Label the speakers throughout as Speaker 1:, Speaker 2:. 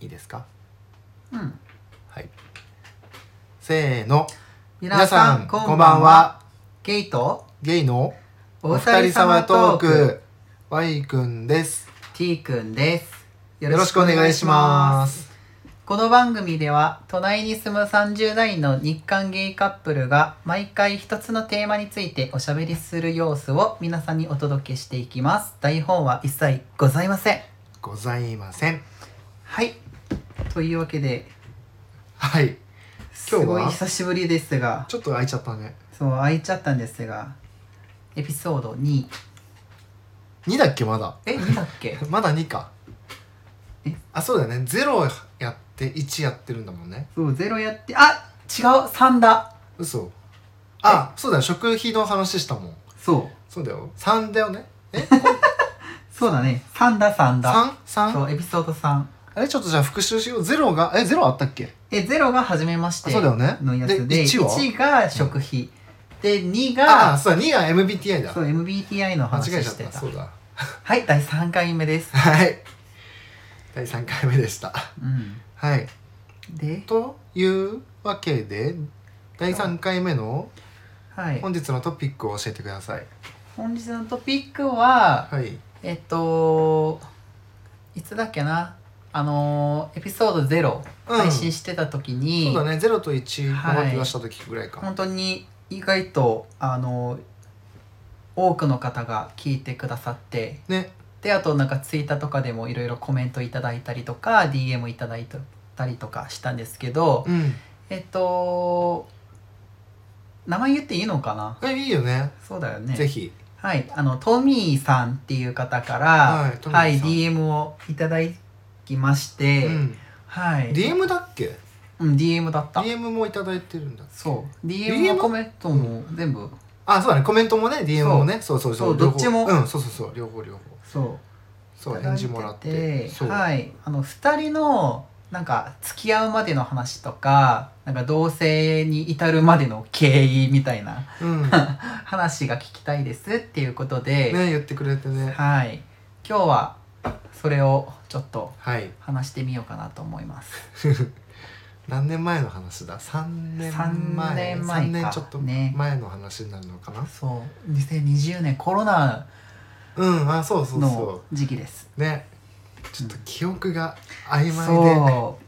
Speaker 1: いいですか
Speaker 2: うん。
Speaker 1: はいせーの
Speaker 2: 皆さん、こんばんは。ケイト、
Speaker 1: ゲイの
Speaker 2: お二人様トーク、
Speaker 1: Y くんです。
Speaker 2: T くんです。よ
Speaker 1: よろしくお願いしま。す。
Speaker 2: この番組では、隣に住む30代の日韓ゲイカップルが、毎回一つのテーマについておしゃべりする様子を皆さんにお届けしていきます。台本は一切ございません。
Speaker 1: ございません。
Speaker 2: はい。というわけで、
Speaker 1: はい。
Speaker 2: す
Speaker 1: 今日は
Speaker 2: ごい久しぶりですが、
Speaker 1: ちょっと空いちゃったね。
Speaker 2: そう、開いちゃったんですが、エピソード2。
Speaker 1: 2だっけまだ。
Speaker 2: え、2だっけ
Speaker 1: まだ2か
Speaker 2: え。
Speaker 1: あ、そうだよね。0やって1やってるんだもんね。
Speaker 2: そう、0やって、あ違う !3 だ
Speaker 1: 嘘。あ、そうだよ。食費の話したもん。
Speaker 2: そう。
Speaker 1: そうだよ。3だよね。え
Speaker 2: そうだね。3だ3だ。
Speaker 1: 三三
Speaker 2: そう、エピソード3。
Speaker 1: あれちょっとじゃあ復習しよう。0が、え、0あったっけ
Speaker 2: え、0が初めまして
Speaker 1: あそうだよね
Speaker 2: のやつ
Speaker 1: で
Speaker 2: で、
Speaker 1: 一は
Speaker 2: 1が食費。で、2
Speaker 1: ああ、
Speaker 2: が、
Speaker 1: そうだ。2が MBTI だ
Speaker 2: そ。う、MBTI の
Speaker 1: 間
Speaker 2: 話
Speaker 1: 違えちゃっ
Speaker 2: して
Speaker 1: た。
Speaker 2: た
Speaker 1: そ。うだ。
Speaker 2: はい、第3回目です。
Speaker 1: はい。第3回目でした。
Speaker 2: うん。
Speaker 1: はい。
Speaker 2: で、
Speaker 1: というわけで、第3回目の
Speaker 2: はい。
Speaker 1: 本日のトピックを教えてください。
Speaker 2: 本日のトピックは、
Speaker 1: はい。
Speaker 2: えっと、いつだっけなあのー、エピソード0
Speaker 1: うん
Speaker 2: 配信してた時に、
Speaker 1: そうだね、0と1の
Speaker 2: はい
Speaker 1: 発表がした時ぐらいか。
Speaker 2: 本当に意外と、あのー、多くの方が聞いてくださって、
Speaker 1: ね。
Speaker 2: であとなんかツイッターとかでもいろいろコメントいただいたりとか DM いただいたりとかしたんですけど、
Speaker 1: うん。
Speaker 2: えっと名前言っていいのかな
Speaker 1: えいいよね。
Speaker 2: そうだよね
Speaker 1: ぜひ。
Speaker 2: はいあのトミーさんっていう方から
Speaker 1: はいトミーさん
Speaker 2: はい DM をいただきまして、
Speaker 1: うん。
Speaker 2: はい、
Speaker 1: DM だっけ
Speaker 2: うん DM だった、
Speaker 1: ?DM もいただいてるんだ。
Speaker 2: そう。DM のコメントも全部、
Speaker 1: あ、そうだね。コメントもね、DM もね。そうそうそ
Speaker 2: そう
Speaker 1: う。両方
Speaker 2: どっちも
Speaker 1: うん、そうそうそう。両方両方。
Speaker 2: そう
Speaker 1: そう、
Speaker 2: いた
Speaker 1: 返
Speaker 2: だいて
Speaker 1: 事
Speaker 2: て
Speaker 1: もらって。そう。
Speaker 2: はいあの2人のなんか付き合うまでの話とかなんか同棲に至るまでの経緯みたいな
Speaker 1: うん。
Speaker 2: 話が聞きたいですっていうことで、
Speaker 1: ね、言ってくれてね。
Speaker 2: はい今日はそれをちょっと
Speaker 1: はい。
Speaker 2: 話してみようかなと思い ます
Speaker 1: 何年前の話だ3年
Speaker 2: 3
Speaker 1: 前
Speaker 2: 年前か
Speaker 1: 3年ちょっと
Speaker 2: ね
Speaker 1: 前の話になるのかな、
Speaker 2: そう2020年コロナ
Speaker 1: うんあそうそう
Speaker 2: の
Speaker 1: そ
Speaker 2: 時期です
Speaker 1: うねちょっと記憶が曖
Speaker 2: そう
Speaker 1: 昧で
Speaker 2: も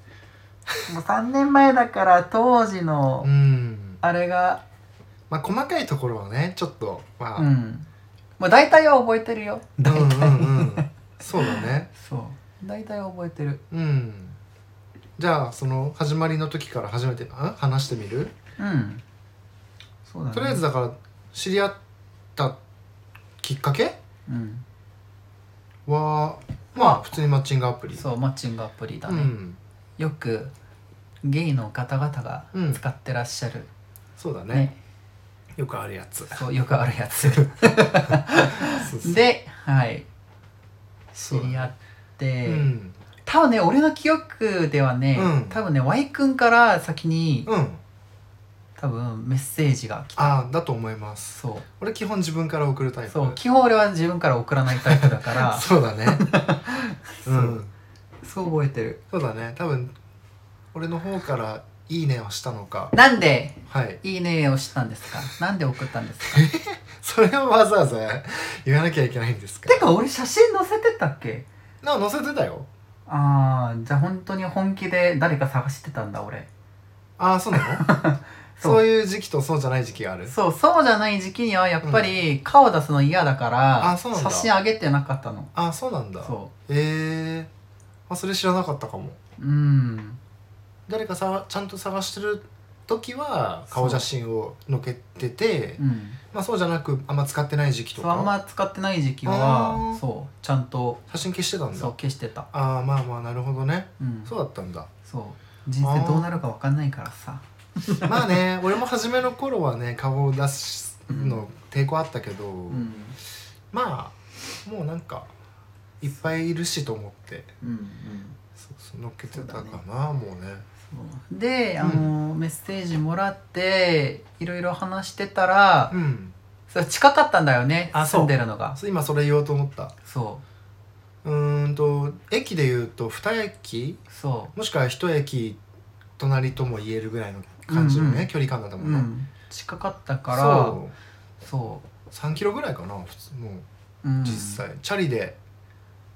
Speaker 2: う3年前だから当時の
Speaker 1: うん
Speaker 2: あれが
Speaker 1: まあ細かいところはねちょっとまあ、
Speaker 2: う
Speaker 1: うん、
Speaker 2: んまあ大体は覚えてるよ
Speaker 1: う
Speaker 2: 大
Speaker 1: ん
Speaker 2: 体、
Speaker 1: うんそうだね
Speaker 2: そう大体覚えてる
Speaker 1: うんじゃあその始まりの時から初めてあ話してみる
Speaker 2: うんそうだね
Speaker 1: とりあえずだから知り合ったきっかけ
Speaker 2: うん
Speaker 1: はまあ普通にマッチングアプリ
Speaker 2: そうマッチングアプリだ
Speaker 1: う
Speaker 2: ね、
Speaker 1: ん
Speaker 2: よくゲイの方々が
Speaker 1: うん
Speaker 2: 使ってらっしゃる、
Speaker 1: そうだね
Speaker 2: ね
Speaker 1: よくあるやつ
Speaker 2: そうよくあるや つ
Speaker 1: そうそう
Speaker 2: ではい
Speaker 1: そう
Speaker 2: 知
Speaker 1: だね
Speaker 2: り合って、
Speaker 1: うん
Speaker 2: 多分ね俺の記憶ではね、
Speaker 1: うん
Speaker 2: 多分ね Y 君から先に
Speaker 1: うん
Speaker 2: 多分メッセージが来た
Speaker 1: ああだと思います
Speaker 2: そう
Speaker 1: 俺基本自分から送るタイプ
Speaker 2: そう基本俺は自分から送らないタイプだか ら
Speaker 1: そうだ ねうん
Speaker 2: そう覚えてる
Speaker 1: そうだね多分俺の方から「いいね」をしたのか
Speaker 2: なんで
Speaker 1: はい
Speaker 2: いいねをしたんですかなんで送ったんですか
Speaker 1: それをわざわざ 言わなきゃいけないんですか
Speaker 2: てか俺写真載せてたっけ
Speaker 1: なんか載せてたよ
Speaker 2: ああじゃあ本当に本気で誰か探してたんだ俺
Speaker 1: ああそうなの
Speaker 2: そう
Speaker 1: そういう時期とそうじゃない時期がある
Speaker 2: そうそうじゃない時期にはやっぱり顔出すの嫌だから、
Speaker 1: あそうなんだ
Speaker 2: 写真あげてなかったの
Speaker 1: ああそうなんだ
Speaker 2: そ
Speaker 1: ええあそれ知らなかったかも
Speaker 2: ううん
Speaker 1: 誰かさちゃんと探してる時は顔写真をのけてて
Speaker 2: うん
Speaker 1: まあそうじゃなくあんま使ってない時期と
Speaker 2: そう
Speaker 1: か
Speaker 2: あんま使ってない時期
Speaker 1: あ
Speaker 2: は
Speaker 1: ー
Speaker 2: そうちゃんと
Speaker 1: 写真消してたん
Speaker 2: そ
Speaker 1: だ
Speaker 2: う消してた
Speaker 1: ああまあまあなるほどね
Speaker 2: うん
Speaker 1: そうだったんだ
Speaker 2: そう人生どうなるか分かんないからさ
Speaker 1: まあ ね俺も初めの頃はね顔を出すの抵抗あったけど、
Speaker 2: うん
Speaker 1: まあもうなんかいっぱいいるしと思って
Speaker 2: うんうん
Speaker 1: そうそう乗っけてたか
Speaker 2: そう
Speaker 1: なもうね
Speaker 2: で、あ
Speaker 1: うん
Speaker 2: のメッセージもらっていろいろ話してたら、
Speaker 1: うん
Speaker 2: それ近かったんだよね
Speaker 1: あそう
Speaker 2: 住んでるのが
Speaker 1: そう今それ言おうと思った
Speaker 2: そ
Speaker 1: うーんと駅でいうと2駅
Speaker 2: そ
Speaker 1: もしくは1駅隣とも言えるぐらいの感じのね、
Speaker 2: うんうん
Speaker 1: 距離感だった
Speaker 2: う、
Speaker 1: も
Speaker 2: うん
Speaker 1: ね、
Speaker 2: ん、近かったから
Speaker 1: そう
Speaker 2: そ
Speaker 1: 3キロぐらいかな普通も
Speaker 2: う、うん、
Speaker 1: う実際、チャリで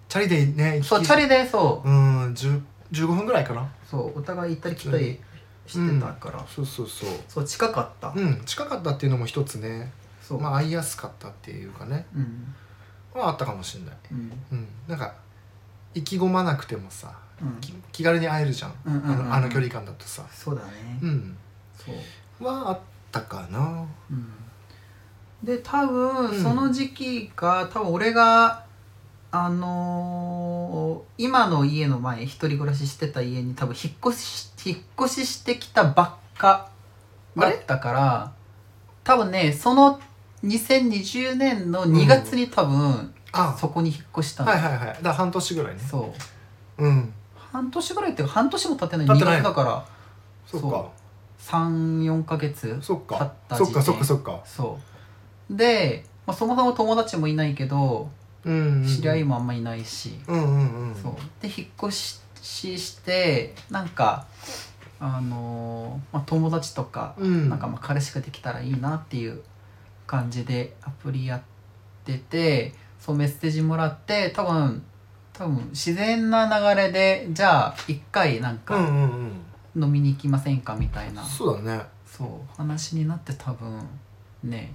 Speaker 1: チャリでね行き
Speaker 2: そうチャリでそう
Speaker 1: うーん10 15分ぐらいかな
Speaker 2: そうお互い行ったり来たりしてたから、
Speaker 1: そうそうそう
Speaker 2: そう近かった、
Speaker 1: うん近かったっていうのも一つね
Speaker 2: そう、
Speaker 1: まあ会いやすかったっていうかね
Speaker 2: うん
Speaker 1: はあったかもしれない
Speaker 2: うん
Speaker 1: うんなんか意気込まなくてもさ
Speaker 2: うん
Speaker 1: 気気軽に会えるじゃん,、
Speaker 2: うんうんうんうん
Speaker 1: あのあの距離感だとさ
Speaker 2: そうだね、
Speaker 1: うん
Speaker 2: そう、
Speaker 1: はあったかな
Speaker 2: うん、で多
Speaker 1: う
Speaker 2: 分
Speaker 1: ん
Speaker 2: その時期が、多分俺があのー今の家の前一人暮らししてた家に多分引っ越し引っ越ししてきたばっか
Speaker 1: あ
Speaker 2: だ
Speaker 1: れ
Speaker 2: ったから多分ねその2020年の2月に多分、
Speaker 1: あ
Speaker 2: そこに引っ越したの、
Speaker 1: はいはいはいだから半年ぐらいね
Speaker 2: そう
Speaker 1: うん
Speaker 2: 半年ぐらいっていうか半年も経ってない
Speaker 1: 経って
Speaker 2: 2
Speaker 1: ない
Speaker 2: 月だから
Speaker 1: そっ
Speaker 2: そ
Speaker 1: か
Speaker 2: 34ヶ月
Speaker 1: そっ
Speaker 2: 経
Speaker 1: か
Speaker 2: った時
Speaker 1: そ
Speaker 2: 点
Speaker 1: っかそっかそっか
Speaker 2: そうで、まあ、そもそも友達もいないけど
Speaker 1: うんうんうん
Speaker 2: 知り合いもあんまいないし、
Speaker 1: うんうんうん
Speaker 2: そうで引っ越ししてなんかあのーまあ、友達とか、
Speaker 1: うん
Speaker 2: なんかまあ彼氏ができたらいいなっていう感じでアプリやっててそうメッセージもらって多分多分自然な流れでじゃあ一回な
Speaker 1: う
Speaker 2: ん
Speaker 1: ん
Speaker 2: か
Speaker 1: うんうん
Speaker 2: 飲みに行きませんかみたいな、
Speaker 1: そうだね
Speaker 2: そう話になって多分ね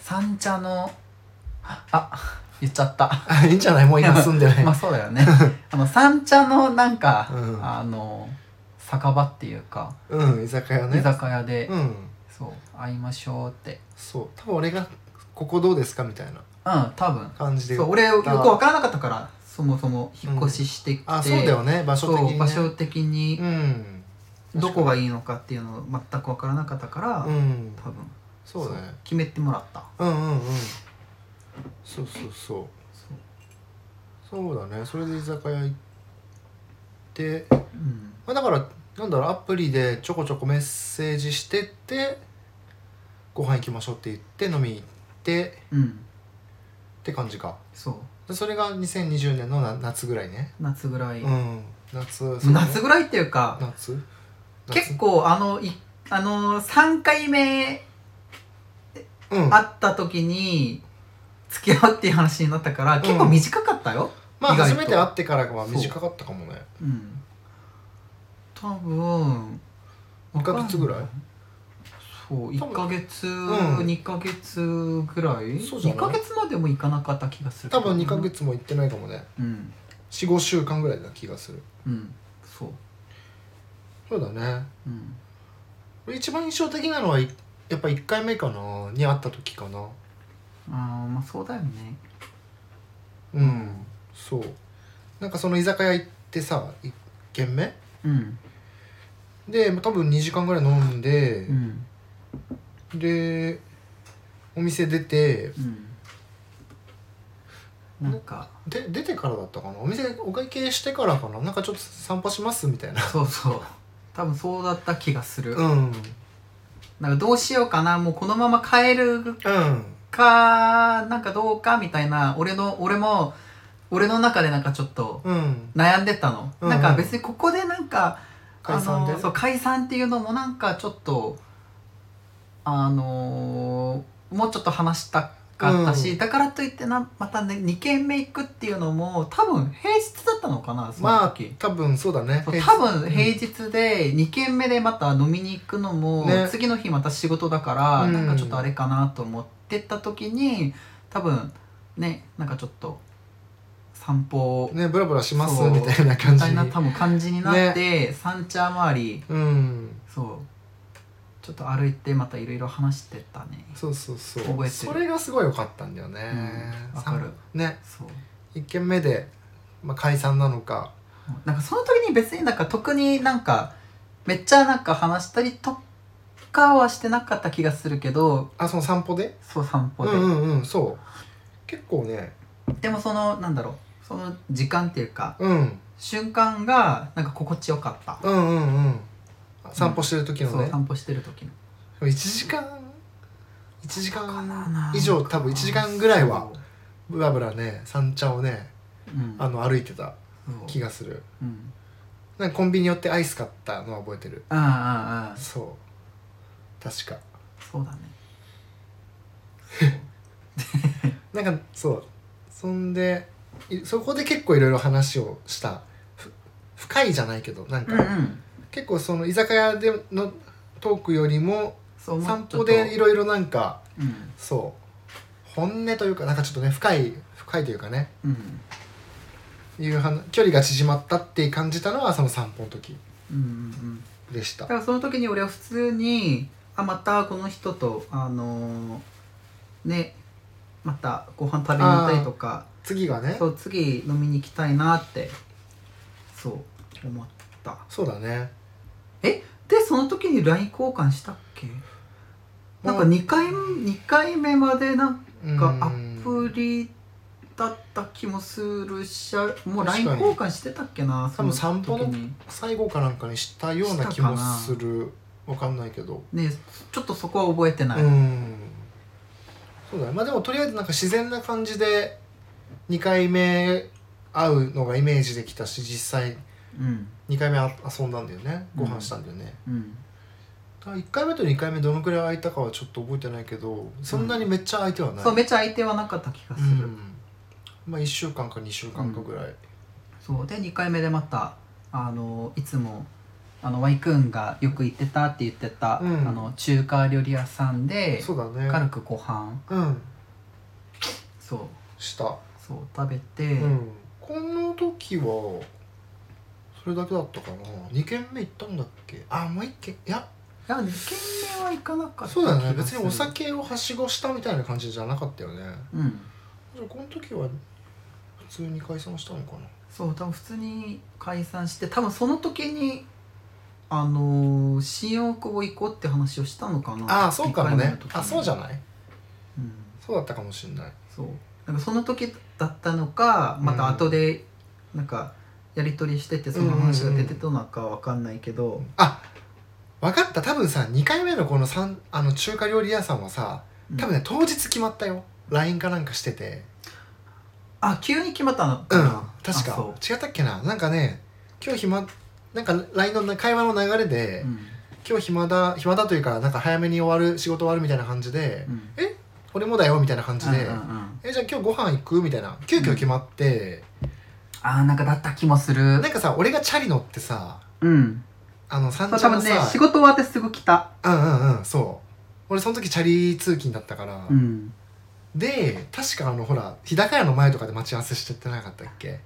Speaker 2: 三茶のあ言っちゃった
Speaker 1: あいいんじゃないもう今住んでない、
Speaker 2: まあそうだよ ねあの三茶のなんか、
Speaker 1: うん
Speaker 2: あの酒場っていうか、
Speaker 1: うん居酒屋ね
Speaker 2: 居酒屋で、
Speaker 1: うん
Speaker 2: そう会いましょうって
Speaker 1: そう多分俺が「ここどうですか?」みたいな
Speaker 2: うん多分
Speaker 1: 感じで
Speaker 2: そう俺よく分からなかったからそもそも引っ越ししてきて、
Speaker 1: あそうだよね場所的に、
Speaker 2: そう
Speaker 1: ね、
Speaker 2: 場所的に
Speaker 1: うん
Speaker 2: どこがいいのかっていうの全く分からなかったから、
Speaker 1: うん
Speaker 2: 多分
Speaker 1: そうだね
Speaker 2: 決めてもらった
Speaker 1: うんうんうんそうそうそうそうだねそれで居酒屋行って、ま
Speaker 2: うん
Speaker 1: あ、だからなんだろうアプリでちょこちょこメッセージしてってご飯行きましょうって言って飲み行って
Speaker 2: うん
Speaker 1: って感じか
Speaker 2: そう
Speaker 1: でそれが2020年のな夏ぐらいね
Speaker 2: 夏ぐらい、
Speaker 1: うん夏そうね
Speaker 2: 夏ぐらいっていうか
Speaker 1: 夏夏
Speaker 2: 結構あのいあの3回目
Speaker 1: うん
Speaker 2: 会った時に付き合うっていう話になったから結構短かったよ
Speaker 1: まあ
Speaker 2: 意外
Speaker 1: 初
Speaker 2: と
Speaker 1: めて会ってからは短かったかもね
Speaker 2: うん、多分
Speaker 1: 1か月ぐらい
Speaker 2: そう
Speaker 1: 多分
Speaker 2: 1ヶ月、
Speaker 1: うん
Speaker 2: 2ヶ月ぐらい
Speaker 1: そうじゃ
Speaker 2: 2
Speaker 1: ない
Speaker 2: ヶ月までも行かなかった気がする
Speaker 1: 多分2か月も行ってないかもね
Speaker 2: うん
Speaker 1: 45週間ぐらいな気がする
Speaker 2: うんそう
Speaker 1: そうだね
Speaker 2: うん
Speaker 1: 俺一番印象的なのはいやっぱ1回目かなに会った時かな
Speaker 2: あーまあそうだよね
Speaker 1: うん、そうなんかその居酒屋行ってさ1軒目
Speaker 2: うん
Speaker 1: で多分2時間ぐらい飲んで
Speaker 2: う、ん
Speaker 1: でお店出て
Speaker 2: うんなんか
Speaker 1: で出てからだったかなお店お会計してからかななんかちょっと散歩しますみたいな
Speaker 2: そうそう多分そうだった気がする、
Speaker 1: うんうん
Speaker 2: なんかどうしようかなもうこのまま帰るかなんかどうかみたいな俺の俺も俺の中でなんかちょっと
Speaker 1: うん
Speaker 2: 悩んでたの、
Speaker 1: うん
Speaker 2: なんか別にここでなんか
Speaker 1: 解散で
Speaker 2: あのそう解散っていうのもなんかちょっとあのーもうちょっと話したかったし、
Speaker 1: うん
Speaker 2: だからといってなまたね2軒目行くっていうのも多分平日だったのかなその
Speaker 1: まあ
Speaker 2: 時、
Speaker 1: 多分そうだね
Speaker 2: そう
Speaker 1: 平日
Speaker 2: 多分平日で2軒目でまた飲みに行くのも、
Speaker 1: ね
Speaker 2: 次の日また仕事だから、
Speaker 1: うん
Speaker 2: なんかちょっとあれかなと思ってった時に多分ねなんかちょっと散歩
Speaker 1: ねブラブラします
Speaker 2: そう
Speaker 1: みたいな感
Speaker 2: み
Speaker 1: じ
Speaker 2: たいな
Speaker 1: に
Speaker 2: 多分感じになって、三茶周り
Speaker 1: うん
Speaker 2: そうちょっと歩いてまたいろいろ話してたね
Speaker 1: そうそうそう
Speaker 2: 覚えてる
Speaker 1: それがすごい良かったんだよね
Speaker 2: うんわかる
Speaker 1: ね
Speaker 2: そう
Speaker 1: 1軒目で、まあ、解散なのか
Speaker 2: なんかその時に別になんか特になんかめっちゃなんか話したりとかはしてなかった気がするけど
Speaker 1: あその散歩で
Speaker 2: そう散歩
Speaker 1: う
Speaker 2: で、
Speaker 1: んうんうんそう結構ね
Speaker 2: でもそのなんだろうその時間っていうか
Speaker 1: うん
Speaker 2: 瞬間がなんか心地よかった、
Speaker 1: うんうんうん散歩してる時の
Speaker 2: そう
Speaker 1: ね、
Speaker 2: 散歩してる時の
Speaker 1: 1時間1時
Speaker 2: かな
Speaker 1: 間以上多分1時間ぐらいはブラブラね三茶をね
Speaker 2: うん
Speaker 1: あの歩いてた気
Speaker 2: が
Speaker 1: がする
Speaker 2: うん
Speaker 1: なんかコンビニ寄ってアイス買ったのは覚えてる
Speaker 2: ああああああ
Speaker 1: そう確か
Speaker 2: そうだね
Speaker 1: なんかそうそんでいそこで結構いろいろ話をしたふ深いじゃないけどなん
Speaker 2: う
Speaker 1: か、
Speaker 2: んうん
Speaker 1: 結構その居酒屋でのトークよりも
Speaker 2: そう思っ
Speaker 1: 散
Speaker 2: ちょ
Speaker 1: 歩
Speaker 2: っと
Speaker 1: でいろいろなんか
Speaker 2: うん
Speaker 1: そう本音というかなんかちょっとね深い深いというかね
Speaker 2: うん
Speaker 1: いう話距離が縮まったって感じたのはその散歩の時
Speaker 2: うんうん
Speaker 1: でした
Speaker 2: だからその時に俺は普通にあまたこの人とあのーねまたご飯食べに行ったりとか
Speaker 1: 次がねそ
Speaker 2: そうう次飲みに行きたいなってそう思った
Speaker 1: だね
Speaker 2: でその時に LINE 交換したっけなんか2回二回目までなん
Speaker 1: うん
Speaker 2: かアプリだった気もするしあもう
Speaker 1: 確か
Speaker 2: LINE
Speaker 1: に
Speaker 2: 交換してたっけな
Speaker 1: 多分散歩の
Speaker 2: そ時に
Speaker 1: 最後かなんかにしたような気もするわかんないけど
Speaker 2: ねちょっとそこは覚えてない、
Speaker 1: うんそうだねまあでもとりあえずなんか自然な感じで2回目会うのがイメージできたし実際
Speaker 2: うん
Speaker 1: 2回目あ遊んだんだよね
Speaker 2: うん
Speaker 1: ご飯したんだよね、
Speaker 2: うん
Speaker 1: ただ1回目と2回目どのくらい空いたかはちょっと覚えてないけどそんなにめっちゃ空いてはない、
Speaker 2: そうめっちゃ相手はなかった気がす
Speaker 1: う
Speaker 2: る、
Speaker 1: んまあ1週間か2週間かぐらい、
Speaker 2: そうで2回目でまたあのいつもあの Y 君がよく行ってたって言ってた、
Speaker 1: うん
Speaker 2: あの中華料理屋さんで
Speaker 1: そうだね
Speaker 2: 軽くご飯
Speaker 1: うん
Speaker 2: そう
Speaker 1: した、
Speaker 2: そう食べて、
Speaker 1: うん、この時はそれだけだったかな2軒目行ったんだっけあもう1軒いや
Speaker 2: いや2軒目は行かなかった
Speaker 1: そうだね
Speaker 2: 気が
Speaker 1: 別
Speaker 2: する
Speaker 1: にお酒をはしごしたみたいな感じじゃなかったよね
Speaker 2: うん
Speaker 1: じゃあこの時は普通に解散したのかな
Speaker 2: そう多分普通に解散して多分その時にあのー新大久保行こうって話をしたのかな
Speaker 1: ああそうかも
Speaker 2: 二回目
Speaker 1: ね
Speaker 2: の時に
Speaker 1: あそうじゃない
Speaker 2: うん
Speaker 1: そうだったかもしんない
Speaker 2: そうなんかその時だったのかまた後でなんかやり取りしててその話が出てたのかわかんないけど、
Speaker 1: あ分かった多分さ2回目のこの三あの中華料理屋さんはさ多分
Speaker 2: うん
Speaker 1: ね当日決まったよ LINE かなんかしてて
Speaker 2: あ急に決まったの
Speaker 1: うん
Speaker 2: かな
Speaker 1: 確
Speaker 2: あ
Speaker 1: か
Speaker 2: そ
Speaker 1: 違ったっけななんかね今日暇なんか LINE の会話の流れで、
Speaker 2: う、うん
Speaker 1: 今日暇だ暇だというかなんか早めに終わる仕事終わるみたいな感じで、
Speaker 2: うん、
Speaker 1: 俺もだよみたいな感じで、
Speaker 2: うんうんうん
Speaker 1: えじゃあ今日ご飯行くみたいな急遽決まって、
Speaker 2: あーなんかだった気もする
Speaker 1: なんかさ俺がチャリ乗ってさ
Speaker 2: うん
Speaker 1: あの三
Speaker 2: そう
Speaker 1: 茶
Speaker 2: 多
Speaker 1: の
Speaker 2: 分
Speaker 1: さ、
Speaker 2: ね仕事終わってすぐ来た
Speaker 1: うんうんうんそう俺その時チャリ通勤だったから、
Speaker 2: うん
Speaker 1: で確かあのほら日高屋の前とかで待ち合わせしてってなかったっけ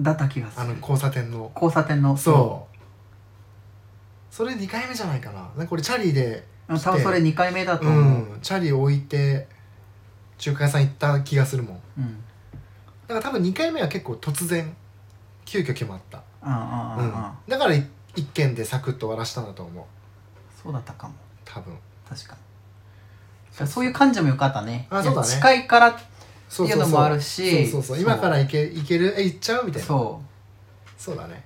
Speaker 2: だった気がす
Speaker 1: あ
Speaker 2: る
Speaker 1: の交差点の
Speaker 2: 交差点の
Speaker 1: そうそれ2回目じゃないかななんか俺チャリで
Speaker 2: うん多分それ2回目だと
Speaker 1: う
Speaker 2: 思う、
Speaker 1: んチャリ置いて中華屋さん行った気がするもん
Speaker 2: うんうん、
Speaker 1: だから多分2回目は結構突然急遽決まった、
Speaker 2: ああああ、
Speaker 1: うん
Speaker 2: ああ
Speaker 1: だから1件でサクッと終わらしたんだと思う
Speaker 2: そうだったかも
Speaker 1: 多分
Speaker 2: 確かにだからそういう感じもよかったね
Speaker 1: あそうだね
Speaker 2: 近いからって
Speaker 1: そ
Speaker 2: いうのもあるし
Speaker 1: そうそうそう今から行け行けるえ行っちゃうみたいなそう
Speaker 2: そ
Speaker 1: だね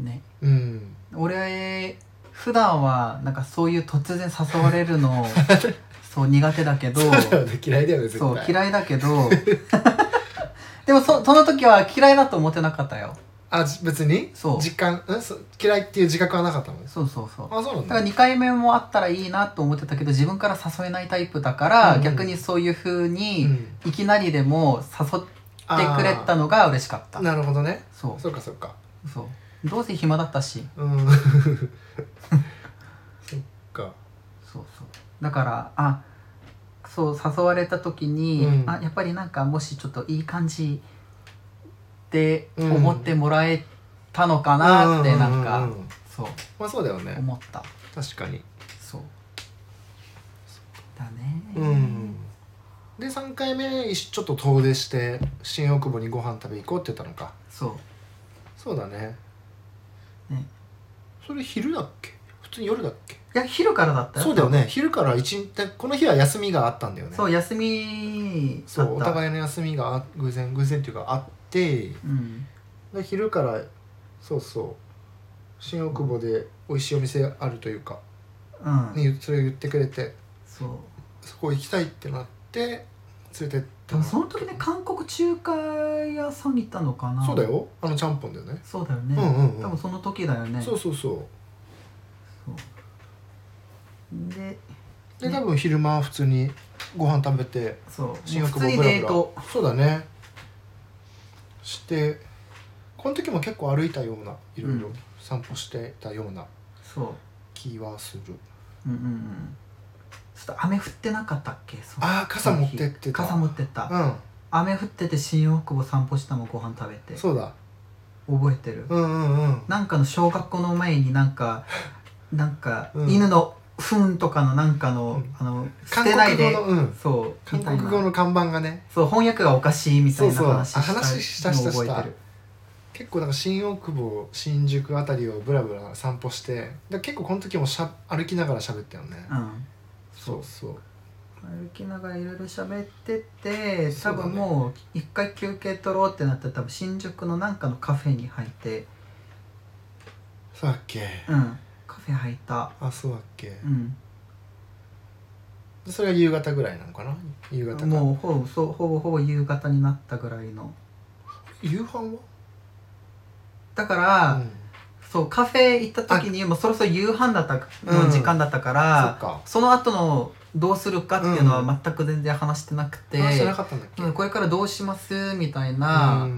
Speaker 2: うね
Speaker 1: うん
Speaker 2: 俺普段はなんかそういう突然誘われ るのそう苦手だけど
Speaker 1: そうだよね嫌いだよね絶対
Speaker 2: そう嫌いだけ どでもそその時は嫌いだと思ってなかったよ
Speaker 1: あじ別に
Speaker 2: そう
Speaker 1: 実感んそ嫌いっていう自覚はなかったの
Speaker 2: そうそうそう
Speaker 1: あそうなん
Speaker 2: だから
Speaker 1: だ
Speaker 2: 2回目もあったらいいなと思ってたけど自分から誘えないタイプだから、
Speaker 1: うん
Speaker 2: 逆にそういう風
Speaker 1: う
Speaker 2: に
Speaker 1: ん
Speaker 2: いきなりでも誘ってくれた
Speaker 1: あ
Speaker 2: のが嬉しかった
Speaker 1: ーなるほどね
Speaker 2: そ
Speaker 1: そうかそうか
Speaker 2: うそうどうせ暇だったし
Speaker 1: うん そっか
Speaker 2: そうそうだからあそう誘われた時に、
Speaker 1: うん
Speaker 2: あやっぱりなんかもしちょっといい感じって思ってもらえたのかなってなんか、
Speaker 1: ううううん
Speaker 2: そう
Speaker 1: まあそうだよね
Speaker 2: 思った
Speaker 1: 確かに
Speaker 2: そうだね
Speaker 1: うんで3回目一緒ちょっと遠出して新大久保にご飯食べ行こうって言ったのか
Speaker 2: そ
Speaker 1: そうだね
Speaker 2: ね
Speaker 1: それ昼だっけ普通に夜だっけ
Speaker 2: ういや昼からだったよ
Speaker 1: そうだよね昼から一日でこの日は休みがあったんだよね
Speaker 2: そう休み
Speaker 1: そ
Speaker 2: だ
Speaker 1: う
Speaker 2: っ
Speaker 1: お
Speaker 2: た
Speaker 1: 互いの休みがあ偶然偶然っていうかあって
Speaker 2: うん
Speaker 1: で昼からそうそう新大久保で美味しいお店あるというか、
Speaker 2: うん、
Speaker 1: ねそれを言ってくれて
Speaker 2: そう
Speaker 1: そこ行きたいってなって連れてった
Speaker 2: でもその時ね韓国中華屋さんに行ったのかな
Speaker 1: そうだよあのちゃんぽんだよね
Speaker 2: そうだよね、
Speaker 1: うんうんうん
Speaker 2: 多分その時だよね
Speaker 1: そうそうそう
Speaker 2: で
Speaker 1: で
Speaker 2: ね
Speaker 1: 多分昼間普通にご飯食べて
Speaker 2: そうもう
Speaker 1: 新大
Speaker 2: 普
Speaker 1: 久
Speaker 2: 通に
Speaker 1: 保ブラ
Speaker 2: デ
Speaker 1: ブラ
Speaker 2: ート
Speaker 1: そうだねしてこの時も結構歩いたようないろいろ
Speaker 2: うん
Speaker 1: 散歩してたような
Speaker 2: そ
Speaker 1: 気はする、
Speaker 2: ううんうんうんちょっと雨降ってなかったっけそう
Speaker 1: ああ傘持ってってた
Speaker 2: 傘持ってった、
Speaker 1: う
Speaker 2: 雨降ってて新大久保散歩したのご飯食べて
Speaker 1: んそうだ
Speaker 2: 覚えてる、
Speaker 1: うんうんうん
Speaker 2: なんかの小学校の前にな んかなんか
Speaker 1: うん
Speaker 2: 犬の糞とかのなんかの、
Speaker 1: うん
Speaker 2: あの捨
Speaker 1: 韓
Speaker 2: てない
Speaker 1: 国語の
Speaker 2: で
Speaker 1: うん
Speaker 2: そう
Speaker 1: 韓
Speaker 2: みたい
Speaker 1: 国
Speaker 2: な
Speaker 1: 語の看板がね
Speaker 2: そう翻訳がおかしいみたいな
Speaker 1: そうそう
Speaker 2: 話した
Speaker 1: あ話したしたした
Speaker 2: のを覚えてる
Speaker 1: 結構なんか新大久保新宿あたりをブラブラ散歩してで結構この時もしゃ歩きながら喋ったよね、
Speaker 2: うん
Speaker 1: そうそう
Speaker 2: 歩きながらいろいろ喋ってて
Speaker 1: そ
Speaker 2: 多
Speaker 1: うだね
Speaker 2: 分もう一回休憩取ろうってなったら多分新宿のなんかのカフェに入って
Speaker 1: そうだっけ
Speaker 2: うんカフェ入った
Speaker 1: あそうだっけ、
Speaker 2: うん
Speaker 1: でそれが夕方ぐらいなのかな夕方か
Speaker 2: もうほぼそうほぼほぼ夕方になったぐらいの
Speaker 1: 夕飯は
Speaker 2: だから、
Speaker 1: うん、
Speaker 2: そうカフェ行った時にもうそろそろ夕飯だったの時間だったか
Speaker 1: そ
Speaker 2: ら
Speaker 1: っ、か
Speaker 2: その後のどうするかっていうのは全く全然話してなくて、
Speaker 1: 話してなかったんだっけ
Speaker 2: うんこれからどうしますみたい
Speaker 1: うん
Speaker 2: な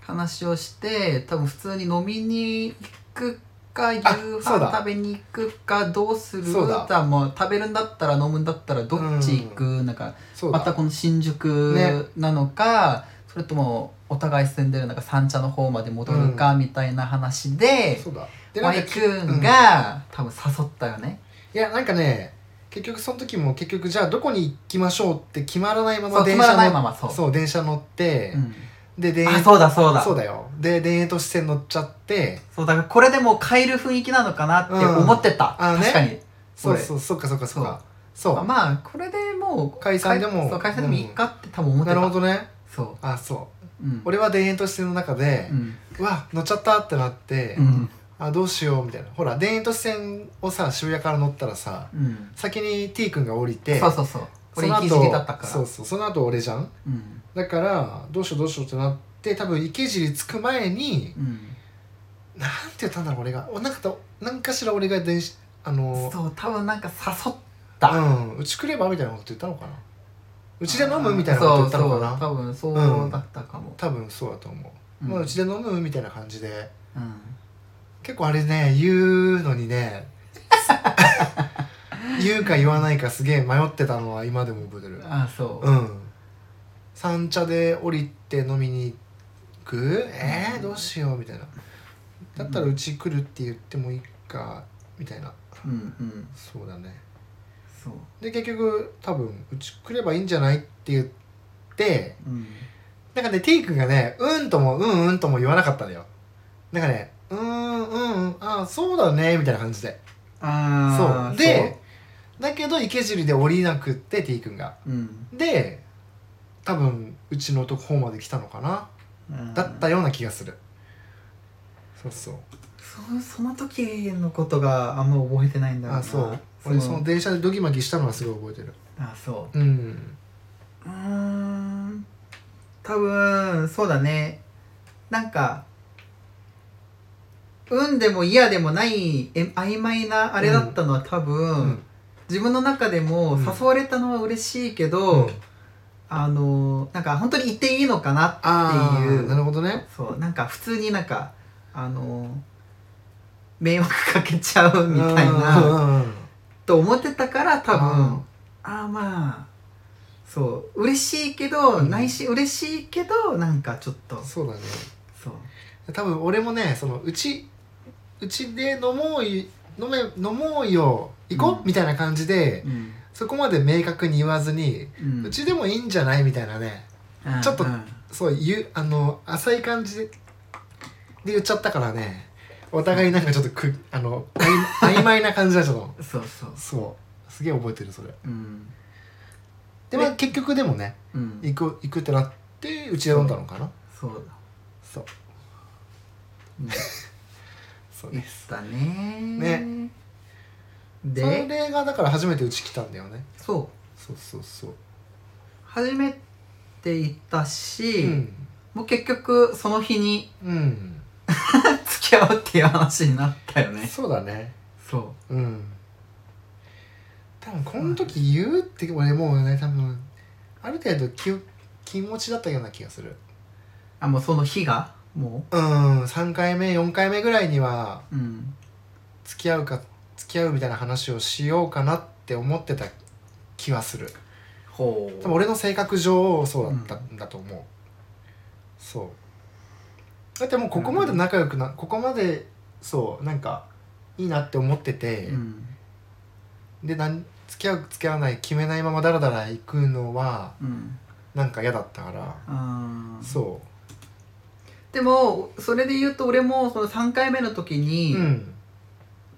Speaker 2: 話をして、多分普通に飲みに行くか夕
Speaker 1: あ
Speaker 2: 飯
Speaker 1: そうだ
Speaker 2: 食べに行くかどうする
Speaker 1: そうだ
Speaker 2: だもう食べるんだったら飲むんだったらどっち行く、なんか
Speaker 1: そうだ
Speaker 2: またこの新
Speaker 1: ね
Speaker 2: 宿なのか、それともお互い住んでるなんか三茶の方まで戻るかみたいな話で、
Speaker 1: そうだでなん
Speaker 2: マ
Speaker 1: か
Speaker 2: イ
Speaker 1: き
Speaker 2: くんが、多分誘ったよね
Speaker 1: いやなんかね結局その時も結局じゃあどこに行きましょうって決まらないま
Speaker 2: そ
Speaker 1: ま
Speaker 2: う
Speaker 1: 電
Speaker 2: 決ま
Speaker 1: 車
Speaker 2: らない
Speaker 1: 乗
Speaker 2: ま
Speaker 1: っ
Speaker 2: まそう
Speaker 1: そう電車乗って、
Speaker 2: うん
Speaker 1: で電
Speaker 2: あそうだそうだ
Speaker 1: そうだよで田園都市線乗っちゃって
Speaker 2: そうだからこれでもう変える雰囲気なのかなって思ってた、
Speaker 1: うんあのね
Speaker 2: 確かに
Speaker 1: そうそうそっかそっかそっかそう
Speaker 2: あまあこれでもう
Speaker 1: 解散でも
Speaker 2: 解そう解散でもいいかって多分思って
Speaker 1: な
Speaker 2: た、
Speaker 1: るほどね
Speaker 2: そ、
Speaker 1: あそう
Speaker 2: うん、
Speaker 1: 俺は田園都市線の中で
Speaker 2: う、ん、
Speaker 1: うわ乗っちゃったってなって、
Speaker 2: うん
Speaker 1: あどうしようみたいなほら田園都市線をさ渋谷から乗ったらさ
Speaker 2: うん
Speaker 1: 先に T 君が降りて
Speaker 2: そうそうそう俺
Speaker 1: の
Speaker 2: 生き尻だったから
Speaker 1: そうそうその後俺じゃん
Speaker 2: うん
Speaker 1: だからどうしようどうしようってなって多分池尻着く前に
Speaker 2: うん、
Speaker 1: なんて言ったんだろう俺がおなんかとなんかしら俺が電子あの
Speaker 2: そう多分なんか誘った、
Speaker 1: うん、うち来ればみたいなこと言ったのかなうちで飲むみたいなこと言ったのか
Speaker 2: そ
Speaker 1: な
Speaker 2: うそう多分そうだったかも、
Speaker 1: 多分そうだと思う、
Speaker 2: うん
Speaker 1: まあ、うちで飲むみたいな感じで
Speaker 2: うん
Speaker 1: 結構あれね言うのに ね言うか言わないかすげえ迷ってたのは今でも覚えてる
Speaker 2: あそう、
Speaker 1: うん三茶で降りて飲みに行くえー、どうしようみたいなだったらうち来るって言ってもいいかみたいな
Speaker 2: うんうん、
Speaker 1: そうだね
Speaker 2: そう
Speaker 1: で結局多分うち来ればいいんじゃないって言って
Speaker 2: うん
Speaker 1: なんかね T 君がねうんともうんうんとも言わなかったのよなんかねうーんうんうんああそうだねみたいな感じで
Speaker 2: あ
Speaker 1: そ
Speaker 2: ー
Speaker 1: うでだけど池尻で降りなくって T 君が
Speaker 2: そううん
Speaker 1: で多分うちのとこ方まで来たのかなだったような気がするそうそう
Speaker 2: そその時のことがあんま覚えてないんだろうな
Speaker 1: あそう
Speaker 2: そ
Speaker 1: 俺その電車でドギマギしたのはすごい覚えてる
Speaker 2: あそ
Speaker 1: うん
Speaker 2: ううーん多分そうだねなんか運でも嫌でもないえ曖昧なあれだったのは多分、
Speaker 1: うん
Speaker 2: 自分の中でも
Speaker 1: うん
Speaker 2: 誘われたのは嬉しいけど、
Speaker 1: うん
Speaker 2: あのなんか本当にいていいのかなって
Speaker 1: ああ
Speaker 2: いう
Speaker 1: なるほどね
Speaker 2: そうなんか普通になんかあのー迷惑かけちゃうみたい
Speaker 1: うんう
Speaker 2: なん
Speaker 1: うん
Speaker 2: と思ってたから多分
Speaker 1: うん
Speaker 2: ああまあそう嬉しいけど、
Speaker 1: うん
Speaker 2: ないし嬉しいけどなんかちょっと
Speaker 1: そうだね
Speaker 2: そう
Speaker 1: 多分俺もねそのうちうちで飲もうい飲め飲もうよ行こう、
Speaker 2: うん
Speaker 1: みたいな感じで
Speaker 2: うん、
Speaker 1: そこまで明確に言わずに、
Speaker 2: う
Speaker 1: うんちでもいいんじゃないみたいなね
Speaker 2: うん
Speaker 1: ちょっと
Speaker 2: うん
Speaker 1: そういうあの浅い感じでで言っちゃったからねお互いなんかちょっとくあのあい曖昧な感じだったの
Speaker 2: そうそう
Speaker 1: そうすげえ覚えてるそれ
Speaker 2: うん
Speaker 1: でまあ結局でもね
Speaker 2: うん
Speaker 1: 行く行くってなってうちで飲んだのかな
Speaker 2: そうだ
Speaker 1: そう
Speaker 2: うん
Speaker 1: そう
Speaker 2: 言
Speaker 1: ね
Speaker 2: ったね
Speaker 1: ねそ
Speaker 2: で
Speaker 1: れがだから初めてうち来たんだよね
Speaker 2: そう
Speaker 1: そうそうそう
Speaker 2: 初めていたし、
Speaker 1: うん
Speaker 2: もう結局その日に
Speaker 1: うん
Speaker 2: 付き合おうっていう話になったよね
Speaker 1: そうだね
Speaker 2: そう
Speaker 1: うん多分この時言うって俺もうね多分ある程度気を気持ちだったような気がする
Speaker 2: あもうその日がも
Speaker 1: うん3回目4回目ぐらいには
Speaker 2: ううん
Speaker 1: 付き合うか付き合うみたいな話をしようかなって思ってた気はする
Speaker 2: ほ
Speaker 1: 多分俺の性格上そうだったんだと思う、そうだってもうここまで仲良くな、ここまでそうなんかいいなって思ってて、
Speaker 2: うん
Speaker 1: でなん付き合う付き合わない決めないままダラダラ行くのは
Speaker 2: うん
Speaker 1: なんか嫌だったから、
Speaker 2: あー
Speaker 1: そ
Speaker 2: でもそれで言うと俺もその3回目の時
Speaker 1: う
Speaker 2: に、
Speaker 1: うん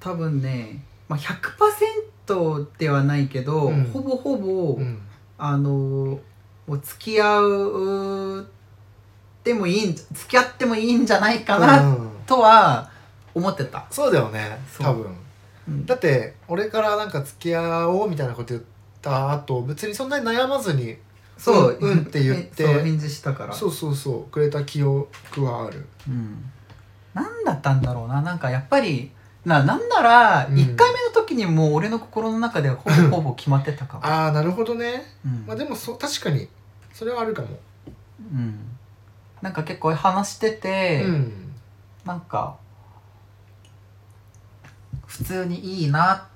Speaker 2: 多分ね、まあ、100%ではないけど、
Speaker 1: うん
Speaker 2: ほぼほぼ、
Speaker 1: うん
Speaker 2: あのもう付き合うでもいいん付き合ってもいいんじゃないかな、
Speaker 1: うん
Speaker 2: とは思ってた、
Speaker 1: そうだよね
Speaker 2: そう
Speaker 1: 多分
Speaker 2: うん
Speaker 1: だって俺からなんか付き合おうみたいなこと言った後別にそんなに悩まずに
Speaker 2: そう、
Speaker 1: うんうんって言って
Speaker 2: そう返事したから
Speaker 1: そうそうそうくれた記憶はある
Speaker 2: うん、何だったんだろうななんかやっぱりななんなら
Speaker 1: うん
Speaker 2: 1回目の時にもう俺の心の中ではほぼほぼ決まってたかも、
Speaker 1: ああなるほどね
Speaker 2: うん
Speaker 1: まあでもそう確かにそれはあるかも
Speaker 2: うんなんか結構話してて、
Speaker 1: うん
Speaker 2: なんか普通にいいな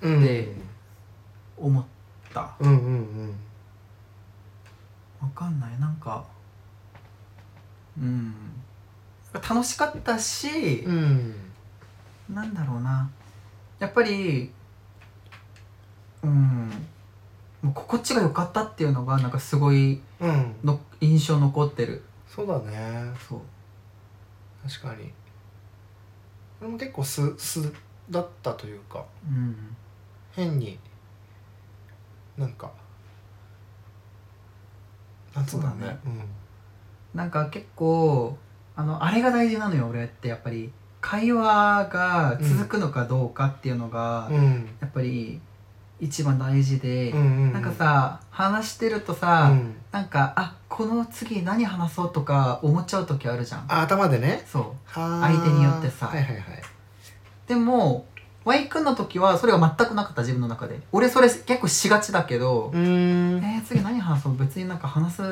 Speaker 1: うん
Speaker 2: で思った
Speaker 1: うんうんうん
Speaker 2: わかんないなんかうん楽しかったし
Speaker 1: う、ん
Speaker 2: なんだろうなやっぱりうんもう心地が良かったっていうのがなんかすごい
Speaker 1: うん
Speaker 2: の印象残ってる
Speaker 1: そうだね
Speaker 2: そう
Speaker 1: 確かに俺も結構素素だったというか
Speaker 2: うん
Speaker 1: 変になんかなんつうんだろうね
Speaker 2: そうだねなんか結構あのあれが大事なのよ俺ってやっぱり会話が続くのかどうかっていうのが、
Speaker 1: うんうん
Speaker 2: やっぱり一番大事で、
Speaker 1: うんうん
Speaker 2: なんかさ話してると
Speaker 1: う
Speaker 2: さ、
Speaker 1: ん
Speaker 2: なんかあこの次何話そうとか思っちゃう時あるじゃん
Speaker 1: あ頭でね
Speaker 2: そう
Speaker 1: 相
Speaker 2: 相手によってさ
Speaker 1: はいはいはい
Speaker 2: でも Y 君の時はそれが全くなかった自分の中で俺それ結構しがちだけど
Speaker 1: う、ーん
Speaker 2: えー次何話そう別になんか話す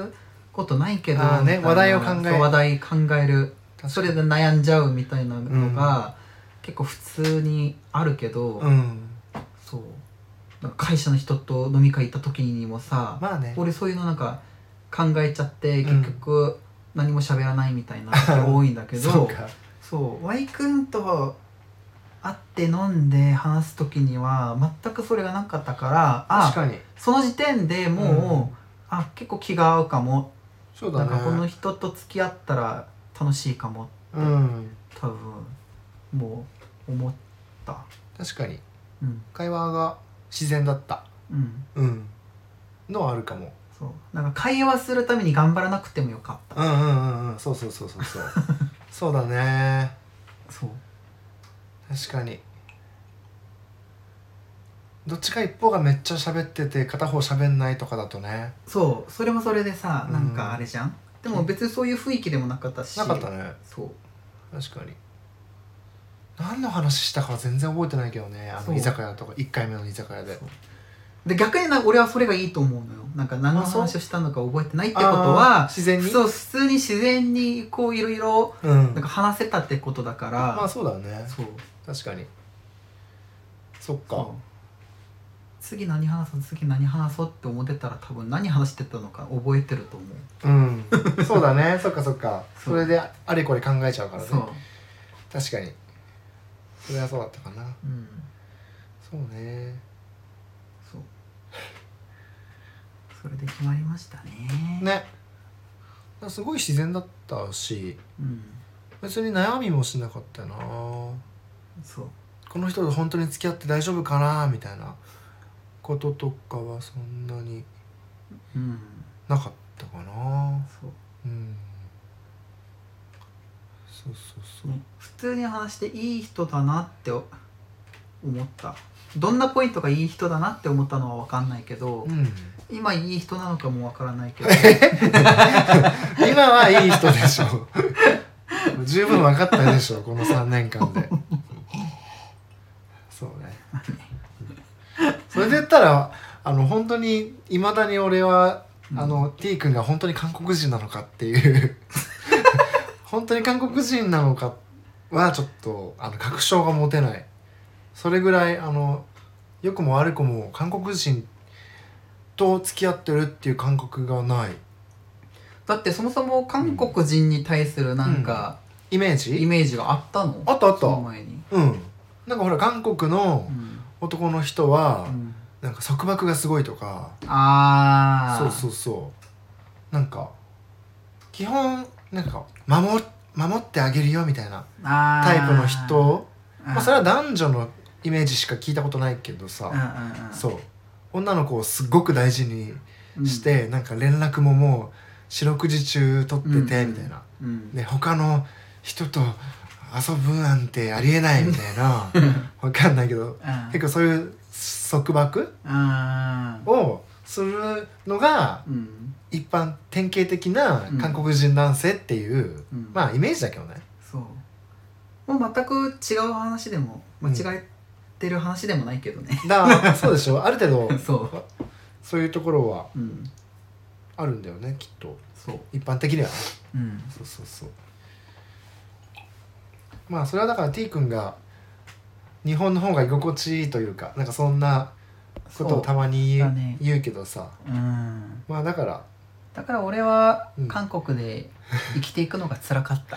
Speaker 2: ことないけど
Speaker 1: あーね
Speaker 2: みたいな
Speaker 1: 話題を考え
Speaker 2: そう話題考えるそ
Speaker 1: 確か
Speaker 2: れ
Speaker 1: に
Speaker 2: で悩んじゃうみたいなのが、結構普通にあるけど、
Speaker 1: うん
Speaker 2: そうなんか会社の人と飲み会行った時にもさ、
Speaker 1: まあね
Speaker 2: 俺そういうのなんか考えちゃって
Speaker 1: うん
Speaker 2: 結局何も喋らないみたいなのが多いんだけど
Speaker 1: そうか
Speaker 2: そう Y 君と会って飲んで話す時には全くそれがなかったから
Speaker 1: 確か
Speaker 2: あ
Speaker 1: に
Speaker 2: その時点でもう、あ結構気が合うかも、
Speaker 1: そう
Speaker 2: な
Speaker 1: だ
Speaker 2: んかこの
Speaker 1: ね
Speaker 2: 人と付き合ったら楽しいかも
Speaker 1: うん
Speaker 2: 多分もう思った
Speaker 1: 確かに
Speaker 2: うん
Speaker 1: 会話が自然だった
Speaker 2: うん
Speaker 1: うんのはあるかも
Speaker 2: そうなんか会話するために頑張らなくてもよかっ
Speaker 1: うんうんうんうんそうそうそうそう そうそうだね
Speaker 2: たそう
Speaker 1: 確かにどっちか一方がめっちゃ喋ってて片方喋んないとかだとね
Speaker 2: そうそれもそれでさ
Speaker 1: うん
Speaker 2: なんかあれじゃん、でも別にそういう雰囲気でもなかったし
Speaker 1: なかったね
Speaker 2: そう
Speaker 1: 確かに何の話したかは全然覚えてないけどねあ
Speaker 2: そ
Speaker 1: の
Speaker 2: う
Speaker 1: 居酒屋とか1回目の居酒屋で
Speaker 2: そうで逆にな俺はそれがいいと思うのよなんか何の
Speaker 1: あそう
Speaker 2: 話をしたのか覚えてないって
Speaker 1: あ
Speaker 2: こと
Speaker 1: ー
Speaker 2: は
Speaker 1: 自然に
Speaker 2: そう普通に自然にこういろいろ
Speaker 1: うん
Speaker 2: なんか話せたってことだから、
Speaker 1: まあそうだね
Speaker 2: そう
Speaker 1: 確かにそっ
Speaker 2: そう
Speaker 1: か
Speaker 2: 次何話そう次何話そうって思ってたら多分何話してたのか覚えてると思う
Speaker 1: うんそうだねそっかそっか
Speaker 2: そう
Speaker 1: それであれこれ考えちゃうからね
Speaker 2: そう、
Speaker 1: 確かにそれはそうだったかな
Speaker 2: うん、
Speaker 1: そうね
Speaker 2: そうそれで決まりましたね
Speaker 1: ねすごい自然だったし
Speaker 2: うん
Speaker 1: 別に悩みもしなかったな
Speaker 2: そう
Speaker 1: この人と本当に付き合って大丈夫かなみたいなこととかはそんなに
Speaker 2: うん
Speaker 1: なかったかな
Speaker 2: そう
Speaker 1: うんそうそうそう
Speaker 2: ね普通に話していい人だなって思ったどんなポイントがいい人だなって思ったのは分かんないけど、
Speaker 1: うん、
Speaker 2: 今いい人なのかも分からない けど
Speaker 1: 今はいい人でしょ十分分かったでしょこの3年間でそうねそれで言ったらあの本当にいまだに俺はあの T 君が本当に韓国人なのかっていう本当に韓国人なのかはちょっとあの確証が持てないそれぐらいあの良くも悪くも韓国人と付き合ってるっていう感覚がない
Speaker 2: だってそもそも韓国人に対するなんか
Speaker 1: イメージ
Speaker 2: イメージがあったの、
Speaker 1: あったあっ
Speaker 2: その
Speaker 1: た
Speaker 2: 前に、
Speaker 1: うんなんかほら韓国の
Speaker 2: うん
Speaker 1: 男の人は
Speaker 2: うん
Speaker 1: なんか束縛がすごいとか
Speaker 2: ああ
Speaker 1: そうそうそうなんか基本なんか守守ってあげるよみたいな
Speaker 2: あー
Speaker 1: タイプの人
Speaker 2: うん
Speaker 1: まあ、それは男女のイメージしか聞いたことないけど
Speaker 2: うんう
Speaker 1: さ
Speaker 2: んうん
Speaker 1: そう女の子をすっごく大事に
Speaker 2: うん
Speaker 1: して、なんか連絡ももう四六時中取ってて
Speaker 2: うん
Speaker 1: みたいな、
Speaker 2: うん
Speaker 1: で他の人と遊ぶなんてありえないみたい なわかんないけど
Speaker 2: うん
Speaker 1: 結構そういう束縛
Speaker 2: あー
Speaker 1: をするのが
Speaker 2: うん
Speaker 1: 一般典型的な韓国人男性っていう、
Speaker 2: うん
Speaker 1: まあイメージだけどね
Speaker 2: そうもう全く違う話でも間違えてる話でもないけどね、
Speaker 1: だからそうでしょある程 度
Speaker 2: そう
Speaker 1: そういうところは
Speaker 2: うん
Speaker 1: あるんだよねきっと
Speaker 2: そう
Speaker 1: 一般的にはね
Speaker 2: うん
Speaker 1: そうそうそうまあそれはだから T 君が日本の方が居心地いいというかなんかそんなことをたまに言
Speaker 2: そう
Speaker 1: う,、
Speaker 2: だね
Speaker 1: 言うけどさ
Speaker 2: うん
Speaker 1: まあだから
Speaker 2: だから俺は
Speaker 1: うん
Speaker 2: 韓国 で生きていくのが辛かった、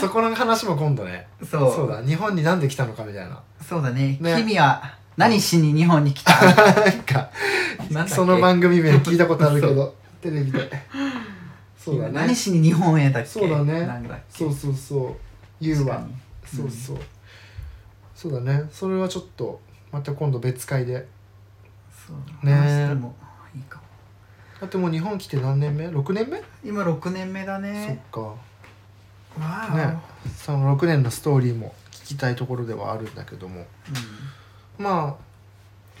Speaker 1: そこの話も今度ね
Speaker 2: そう
Speaker 1: そうだ日本になんで来たのかみたいな
Speaker 2: そうだね
Speaker 1: ね
Speaker 2: 君は何しに日本に来 た
Speaker 1: なんか
Speaker 2: なんだっけ
Speaker 1: その番組名聞いたことあるけどテレビでそうだね
Speaker 2: 何しに日本へだっけ
Speaker 1: そうだね
Speaker 2: なんだっけ
Speaker 1: そうそうそう言う
Speaker 2: 確か
Speaker 1: わ
Speaker 2: に
Speaker 1: そうそう、そうだねそれはちょっとまた今度別会で
Speaker 2: そう
Speaker 1: ね
Speaker 2: 話してもいいかも
Speaker 1: だってもう日本来て何年目 ?6 年目、
Speaker 2: 今6年目だね
Speaker 1: そっ
Speaker 2: わ
Speaker 1: かねその6年のストーリーも聞きたいところではあるんだけどもまあ、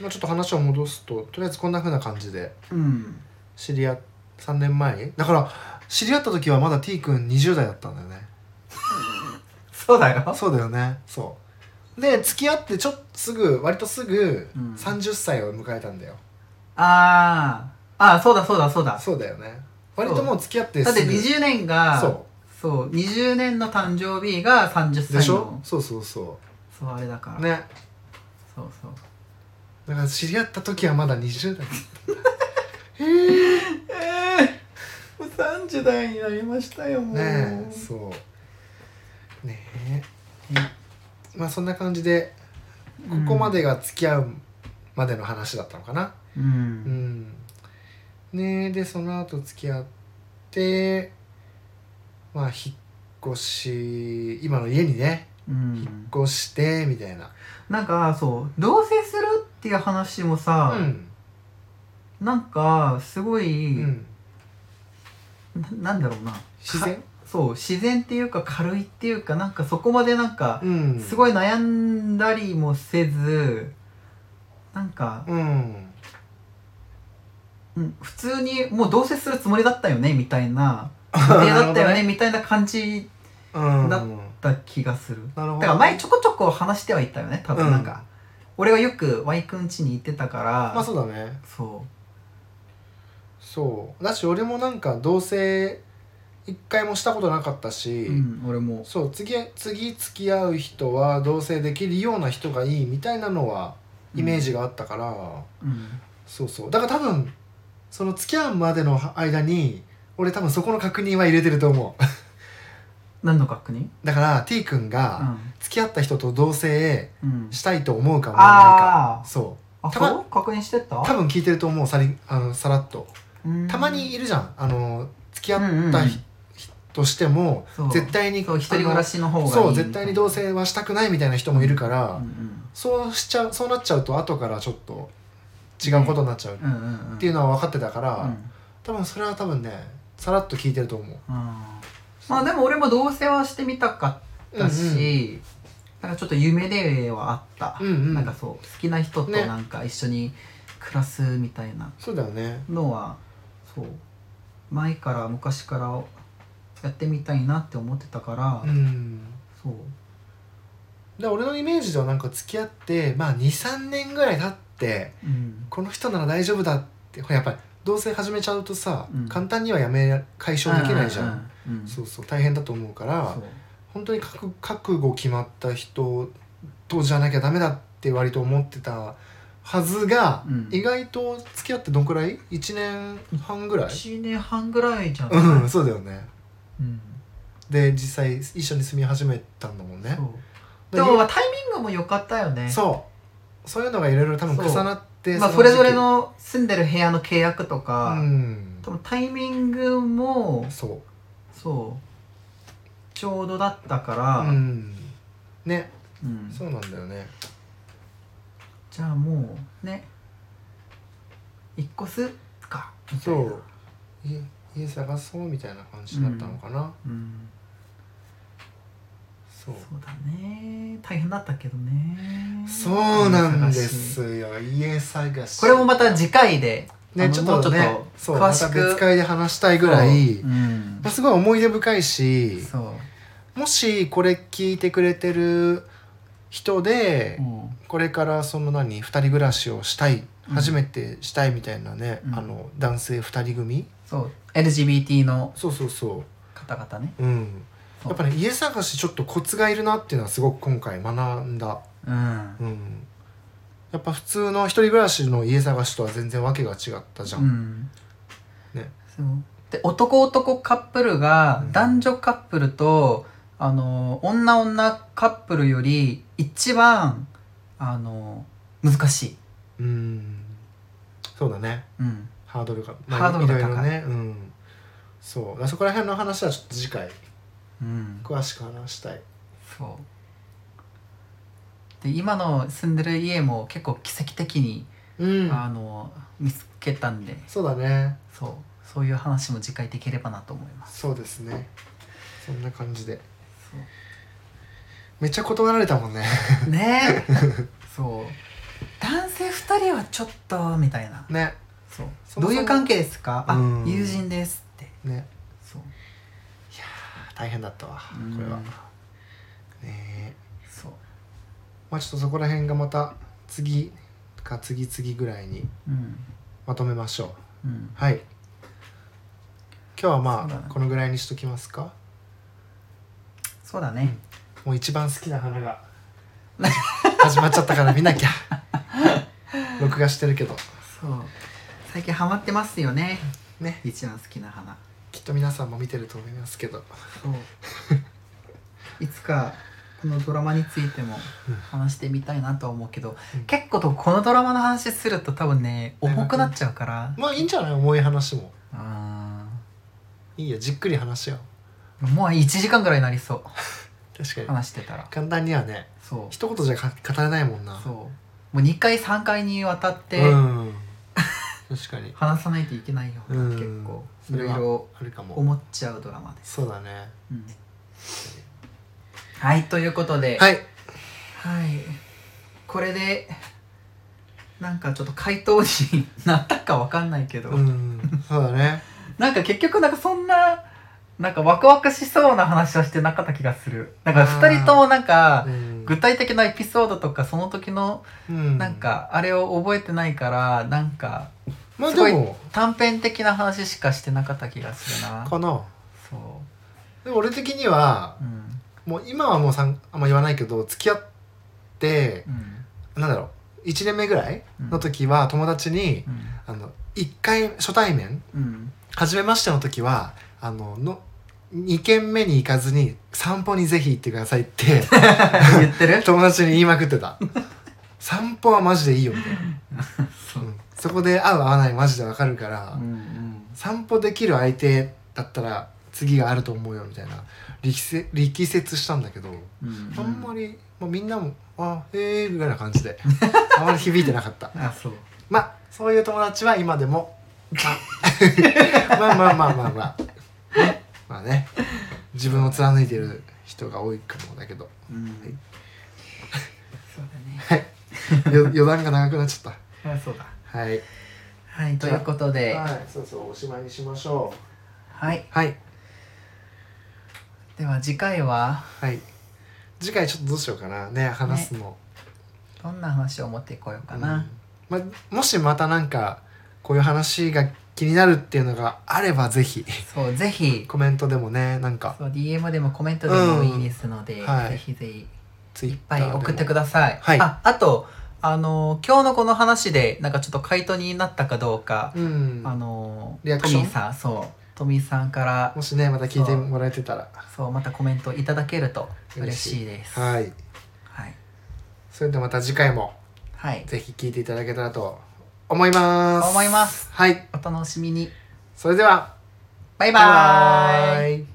Speaker 1: まあちょっと話を戻すととりあえずこんな風な感じで
Speaker 2: うん、うん、
Speaker 1: 知り合っ3年前にだから知り合った時はまだ T 君20代だったんだよね
Speaker 2: そうだよ
Speaker 1: そうだよねそうで付き合ってちょっとすぐ割とすぐ
Speaker 2: うん
Speaker 1: 30歳を迎えたんだよ、
Speaker 2: あーあーそうだそうだそうだ
Speaker 1: そうだよね割ともう付き合って
Speaker 2: だ
Speaker 1: す
Speaker 2: っ
Speaker 1: ぐ
Speaker 2: て20年が
Speaker 1: そ
Speaker 2: そう20年の誕生日が30
Speaker 1: うで
Speaker 2: 歳
Speaker 1: しょ
Speaker 2: の
Speaker 1: そうそうそ
Speaker 2: そうあれだから、
Speaker 1: うね
Speaker 2: そうそう
Speaker 1: だから知り合った時はまだ20代
Speaker 2: ええもう30代になりましたよも
Speaker 1: ねえそうねえまあそんな感じでここまでが付き合うまでの話だったのかな
Speaker 2: う
Speaker 1: うんん、ねえでその後付き合ってまあ引っ越し今の家にね
Speaker 2: うん、
Speaker 1: 引っ越してみたいな
Speaker 2: なんかそう同棲するっていう話もさ
Speaker 1: う、ん
Speaker 2: なんかすご
Speaker 1: う
Speaker 2: い、
Speaker 1: ん
Speaker 2: ななんだろうな
Speaker 1: 自然
Speaker 2: かそう自然っていうか軽いっていうかなんかそこまでなんか、
Speaker 1: うん
Speaker 2: す
Speaker 1: い
Speaker 2: ごい悩んだりもせずなんか、
Speaker 1: うん
Speaker 2: うん、普通にもう同棲するつもりだったよねみた いな予定だったよねみたいな感じ
Speaker 1: うん
Speaker 2: だだった気がする
Speaker 1: なるほど
Speaker 2: だから前ちょこちょこ話してはいたよね多
Speaker 1: う
Speaker 2: 分
Speaker 1: ん
Speaker 2: なんか、俺はよく Y 君家に行ってたから、
Speaker 1: まあそうだね
Speaker 2: そ
Speaker 1: そうだし俺もなんか同棲一回もしたことなかった
Speaker 2: う、
Speaker 1: し、
Speaker 2: うん、俺も
Speaker 1: そう次次付き合う人は同棲できるような人がいいみたいなのはイメージがあったから、
Speaker 2: うん
Speaker 1: そうそうだから多分その付き合うまでの間に俺多分そこの確認は入れてると思う
Speaker 2: 何の確認
Speaker 1: だから T 君が付き合った人と同棲
Speaker 2: うん、うん、
Speaker 1: したいと思うか思わないか
Speaker 2: あー
Speaker 1: そう
Speaker 2: あ
Speaker 1: た
Speaker 2: そ
Speaker 1: ま
Speaker 2: う確認してった
Speaker 1: 多分聞いてると思うさりあのさらっと
Speaker 2: うん
Speaker 1: たまにいるじゃんあの付き合
Speaker 2: うんうんう
Speaker 1: っ
Speaker 2: ん
Speaker 1: た人としても
Speaker 2: そう
Speaker 1: 絶対に
Speaker 2: そう一人暮らしの方がいい
Speaker 1: そう絶対に同
Speaker 2: み
Speaker 1: 棲はしたくないみたいな人もいるか
Speaker 2: たい
Speaker 1: ら、
Speaker 2: なうん
Speaker 1: そうしちゃうそうなっちゃうと後からちょっと違うことになっちゃうっ
Speaker 2: うんうんうんうん
Speaker 1: ていうのは分かってたか
Speaker 2: う
Speaker 1: ら、
Speaker 2: ん
Speaker 1: 多分それは多分ねさらっと聞いてると思う
Speaker 2: うんまあでも俺も同棲はしてみたかったし、なんかちょっと夢ではあった、
Speaker 1: うんうん
Speaker 2: なんかそう好きな人と
Speaker 1: ね
Speaker 2: なんか一緒に暮らすみたいな
Speaker 1: そうだよね
Speaker 2: のは、そう前から昔からやってみたいなって思ってたから、
Speaker 1: うん
Speaker 2: そう
Speaker 1: で俺のイメージではなんか付き合ってまあ23年ぐらい経って
Speaker 2: うん
Speaker 1: この人なら大丈夫だってほらやっぱり同棲始めちゃうとさ、
Speaker 2: うん
Speaker 1: 簡単にはやめ解消できないじゃん、
Speaker 2: うんうんうん
Speaker 1: そうそう大変だと思うから
Speaker 2: そう
Speaker 1: 本当に覚覚悟決まった人とじゃなきゃダメだって割と思ってたはずが、
Speaker 2: うん
Speaker 1: 意外と付き合ってどんくらい ?1 年半ぐらい
Speaker 2: 1年半ぐらいじゃない、
Speaker 1: うんそうだよね
Speaker 2: うん
Speaker 1: で実際一緒に住み始めたんだもんね
Speaker 2: そう
Speaker 1: で
Speaker 2: でもまあタイミングも良かったよね
Speaker 1: そうそういうのがいろいろ多分重なって
Speaker 2: まあ、
Speaker 1: の
Speaker 2: それぞれ
Speaker 1: 時期
Speaker 2: の住んでる部屋の契約とか、
Speaker 1: うん
Speaker 2: 多分タイミングも
Speaker 1: そう
Speaker 2: そうちょうどだったから、
Speaker 1: うんね
Speaker 2: うん
Speaker 1: そうなんだよね
Speaker 2: じゃあもうね一個すっかみたい
Speaker 1: そ
Speaker 2: な
Speaker 1: う家家探そうみたいな感じだったのかな、
Speaker 2: うん、
Speaker 1: そう
Speaker 2: そうだね大変だったけどね
Speaker 1: そうなんです
Speaker 2: 家探し
Speaker 1: よ家探し
Speaker 2: これもまた次回であ
Speaker 1: ね
Speaker 2: の
Speaker 1: ちょっとね
Speaker 2: もうち
Speaker 1: そ
Speaker 2: ょっ
Speaker 1: う
Speaker 2: と詳
Speaker 1: ま
Speaker 2: したく
Speaker 1: 別会で話したいぐらい、
Speaker 2: そううん
Speaker 1: まあ、すごい思い出深いし
Speaker 2: そう
Speaker 1: もしこれ聞いてくれてる人で、
Speaker 2: うん
Speaker 1: これからその何2人暮らしをしたい
Speaker 2: うん
Speaker 1: 初めてしたいみたいなね、
Speaker 2: うん
Speaker 1: あの男性2人組
Speaker 2: そう LGBT の
Speaker 1: そうそうそ
Speaker 2: 方々ね
Speaker 1: ううん
Speaker 2: そう
Speaker 1: やっぱね家探しちょっとコツがいるなっていうのはすごく今回学んだ
Speaker 2: うん
Speaker 1: うんやっぱ普通の一人暮らしの家探しとは全然わけが違ったじゃん、
Speaker 2: うん
Speaker 1: ね
Speaker 2: そうで男男カップルが
Speaker 1: うん
Speaker 2: 男女カップルと、あの女女カップルより一番あの難しい、
Speaker 1: うんそうだね
Speaker 2: うん、
Speaker 1: ハードルが、
Speaker 2: ハードルが
Speaker 1: いろいろ
Speaker 2: 高い
Speaker 1: ねうんそうだからそこら辺の話はちょっと次回
Speaker 2: うん、
Speaker 1: 詳しく話したい
Speaker 2: そうで今の住んでる家も結構奇跡的に、
Speaker 1: うん
Speaker 2: あの見つけたんで
Speaker 1: そうだね
Speaker 2: そうそういう話も次回できればなと思います
Speaker 1: そうですねそんな感じで
Speaker 2: そう
Speaker 1: めっちゃ断られたもんね
Speaker 2: ねそう男性2人はちょっとみたいな
Speaker 1: ね
Speaker 2: そ
Speaker 1: そ
Speaker 2: う
Speaker 1: もそも
Speaker 2: どういう関係ですかあ
Speaker 1: うん
Speaker 2: 友人ですって
Speaker 1: ね
Speaker 2: そう
Speaker 1: 大変だったわこれは
Speaker 2: うん
Speaker 1: ね
Speaker 2: そう
Speaker 1: まあちょっとそこら辺がまた次か次々ぐらいに
Speaker 2: うん
Speaker 1: まとめましょう
Speaker 2: うん
Speaker 1: はい今日はま
Speaker 2: そうだ
Speaker 1: あ、
Speaker 2: ね
Speaker 1: このぐらいにしときますか
Speaker 2: そうだね、
Speaker 1: もう一番好きな花が始まっちゃった から見なきゃ録画してるけど
Speaker 2: そう最近ハマってますよね
Speaker 1: ね
Speaker 2: 一番好きな花
Speaker 1: きっと皆さんも見てると思いますけど
Speaker 2: そう いつかこのドラマについても話してみたいなとは思うけど、
Speaker 1: うん
Speaker 2: 結構とこのドラマの話すると多分ね重くなっちゃうから、
Speaker 1: まあいいんじゃない重い話も
Speaker 2: あ
Speaker 1: いいよじっくり話しよ
Speaker 2: ーもう1時間ぐらいになりそう
Speaker 1: う確かに
Speaker 2: 話してたら
Speaker 1: 簡単にはね
Speaker 2: そう
Speaker 1: 一言じゃか語れないもんな
Speaker 2: そうもう2回3回にわたって
Speaker 1: うん確かに
Speaker 2: 話さないといけないよ、
Speaker 1: うん
Speaker 2: 結構
Speaker 1: そ
Speaker 2: いろ
Speaker 1: れ
Speaker 2: い
Speaker 1: は
Speaker 2: ろ
Speaker 1: あるかも
Speaker 2: 思っちゃうドラマです、
Speaker 1: そうだね
Speaker 2: うんはいということで、
Speaker 1: はい
Speaker 2: はいこれでなんかちょっと回答になったかわかんないけど、
Speaker 1: うんそうだ ね
Speaker 2: なんか結局なんかそんななんかワクワクしそうな話はしてなかった気がするなんか2人ともなんか
Speaker 1: うん
Speaker 2: 具体的なエピソードとかその時の
Speaker 1: うん
Speaker 2: なんかあれを覚えてないからなんか
Speaker 1: まあ
Speaker 2: すご
Speaker 1: で
Speaker 2: い
Speaker 1: も
Speaker 2: 短編的な話しかしてなかった気がするな
Speaker 1: かな
Speaker 2: そう
Speaker 1: でも俺的には
Speaker 2: うん
Speaker 1: もう今はもうさんあんま言わないけど付き合って
Speaker 2: うん
Speaker 1: なんだろう1年目ぐらい
Speaker 2: うん
Speaker 1: の時は友達に
Speaker 2: うん
Speaker 1: あの1回初対面
Speaker 2: うん
Speaker 1: 初めましての時はあのの2軒目に行かずに散歩にぜひ行ってくださいって
Speaker 2: 言って る
Speaker 1: 友達に言いまくってた散歩はマジでいいよみたいな、
Speaker 2: そう
Speaker 1: うんそこで合う合わないマジでわかるから、
Speaker 2: うんうん
Speaker 1: 散歩できる相手だったら次があると思うよみたいな力せ力説したんだけど、
Speaker 2: うん
Speaker 1: あんまり、まあ、みんなも「あへえ」ぐらいな感じであまり響いてなかった
Speaker 2: あそう
Speaker 1: まあそういう友達は今でもあ まあまあまあまあまあねまあね自分を貫いてる人が多いかもだけど
Speaker 2: うんそうだね
Speaker 1: よ余談が長くなっちゃっ
Speaker 2: あそうだ
Speaker 1: たはい、
Speaker 2: はいということで
Speaker 1: は
Speaker 2: はい、
Speaker 1: い、そろそろおしまいにしましょうはい
Speaker 2: では次回は
Speaker 1: はい次回ちょっとどうしようかなね話すの、
Speaker 2: どんな話を持ってこようか
Speaker 1: う
Speaker 2: な、
Speaker 1: んまもしまたなんかこういう話が気になるっていうのがあればぜひ
Speaker 2: そうぜひ
Speaker 1: コメントでもねなんか
Speaker 2: そう DM でもコメントでもいいですので、
Speaker 1: うんはい
Speaker 2: ぜひぜひ
Speaker 1: ツイ
Speaker 2: い
Speaker 1: ッ
Speaker 2: っ
Speaker 1: タ
Speaker 2: ぱ
Speaker 1: ー
Speaker 2: い
Speaker 1: でも
Speaker 2: 送ってください。
Speaker 1: はい
Speaker 2: あ、あと、あのー今日のこの話で、なんかちょっと回答になったかどうか、
Speaker 1: うん
Speaker 2: あのー
Speaker 1: リアクション
Speaker 2: トミーさん、そう、トミーさんから
Speaker 1: も、しねまた聞いてもらえてたら
Speaker 2: そう、またコメントいただけると嬉しいです。はい。
Speaker 1: はいそれではまた次回も
Speaker 2: はい。
Speaker 1: ぜひ聞いていただけたらと思います
Speaker 2: 思います。
Speaker 1: はい
Speaker 2: お楽しみに。
Speaker 1: それでは
Speaker 2: バイバーイ。
Speaker 1: イ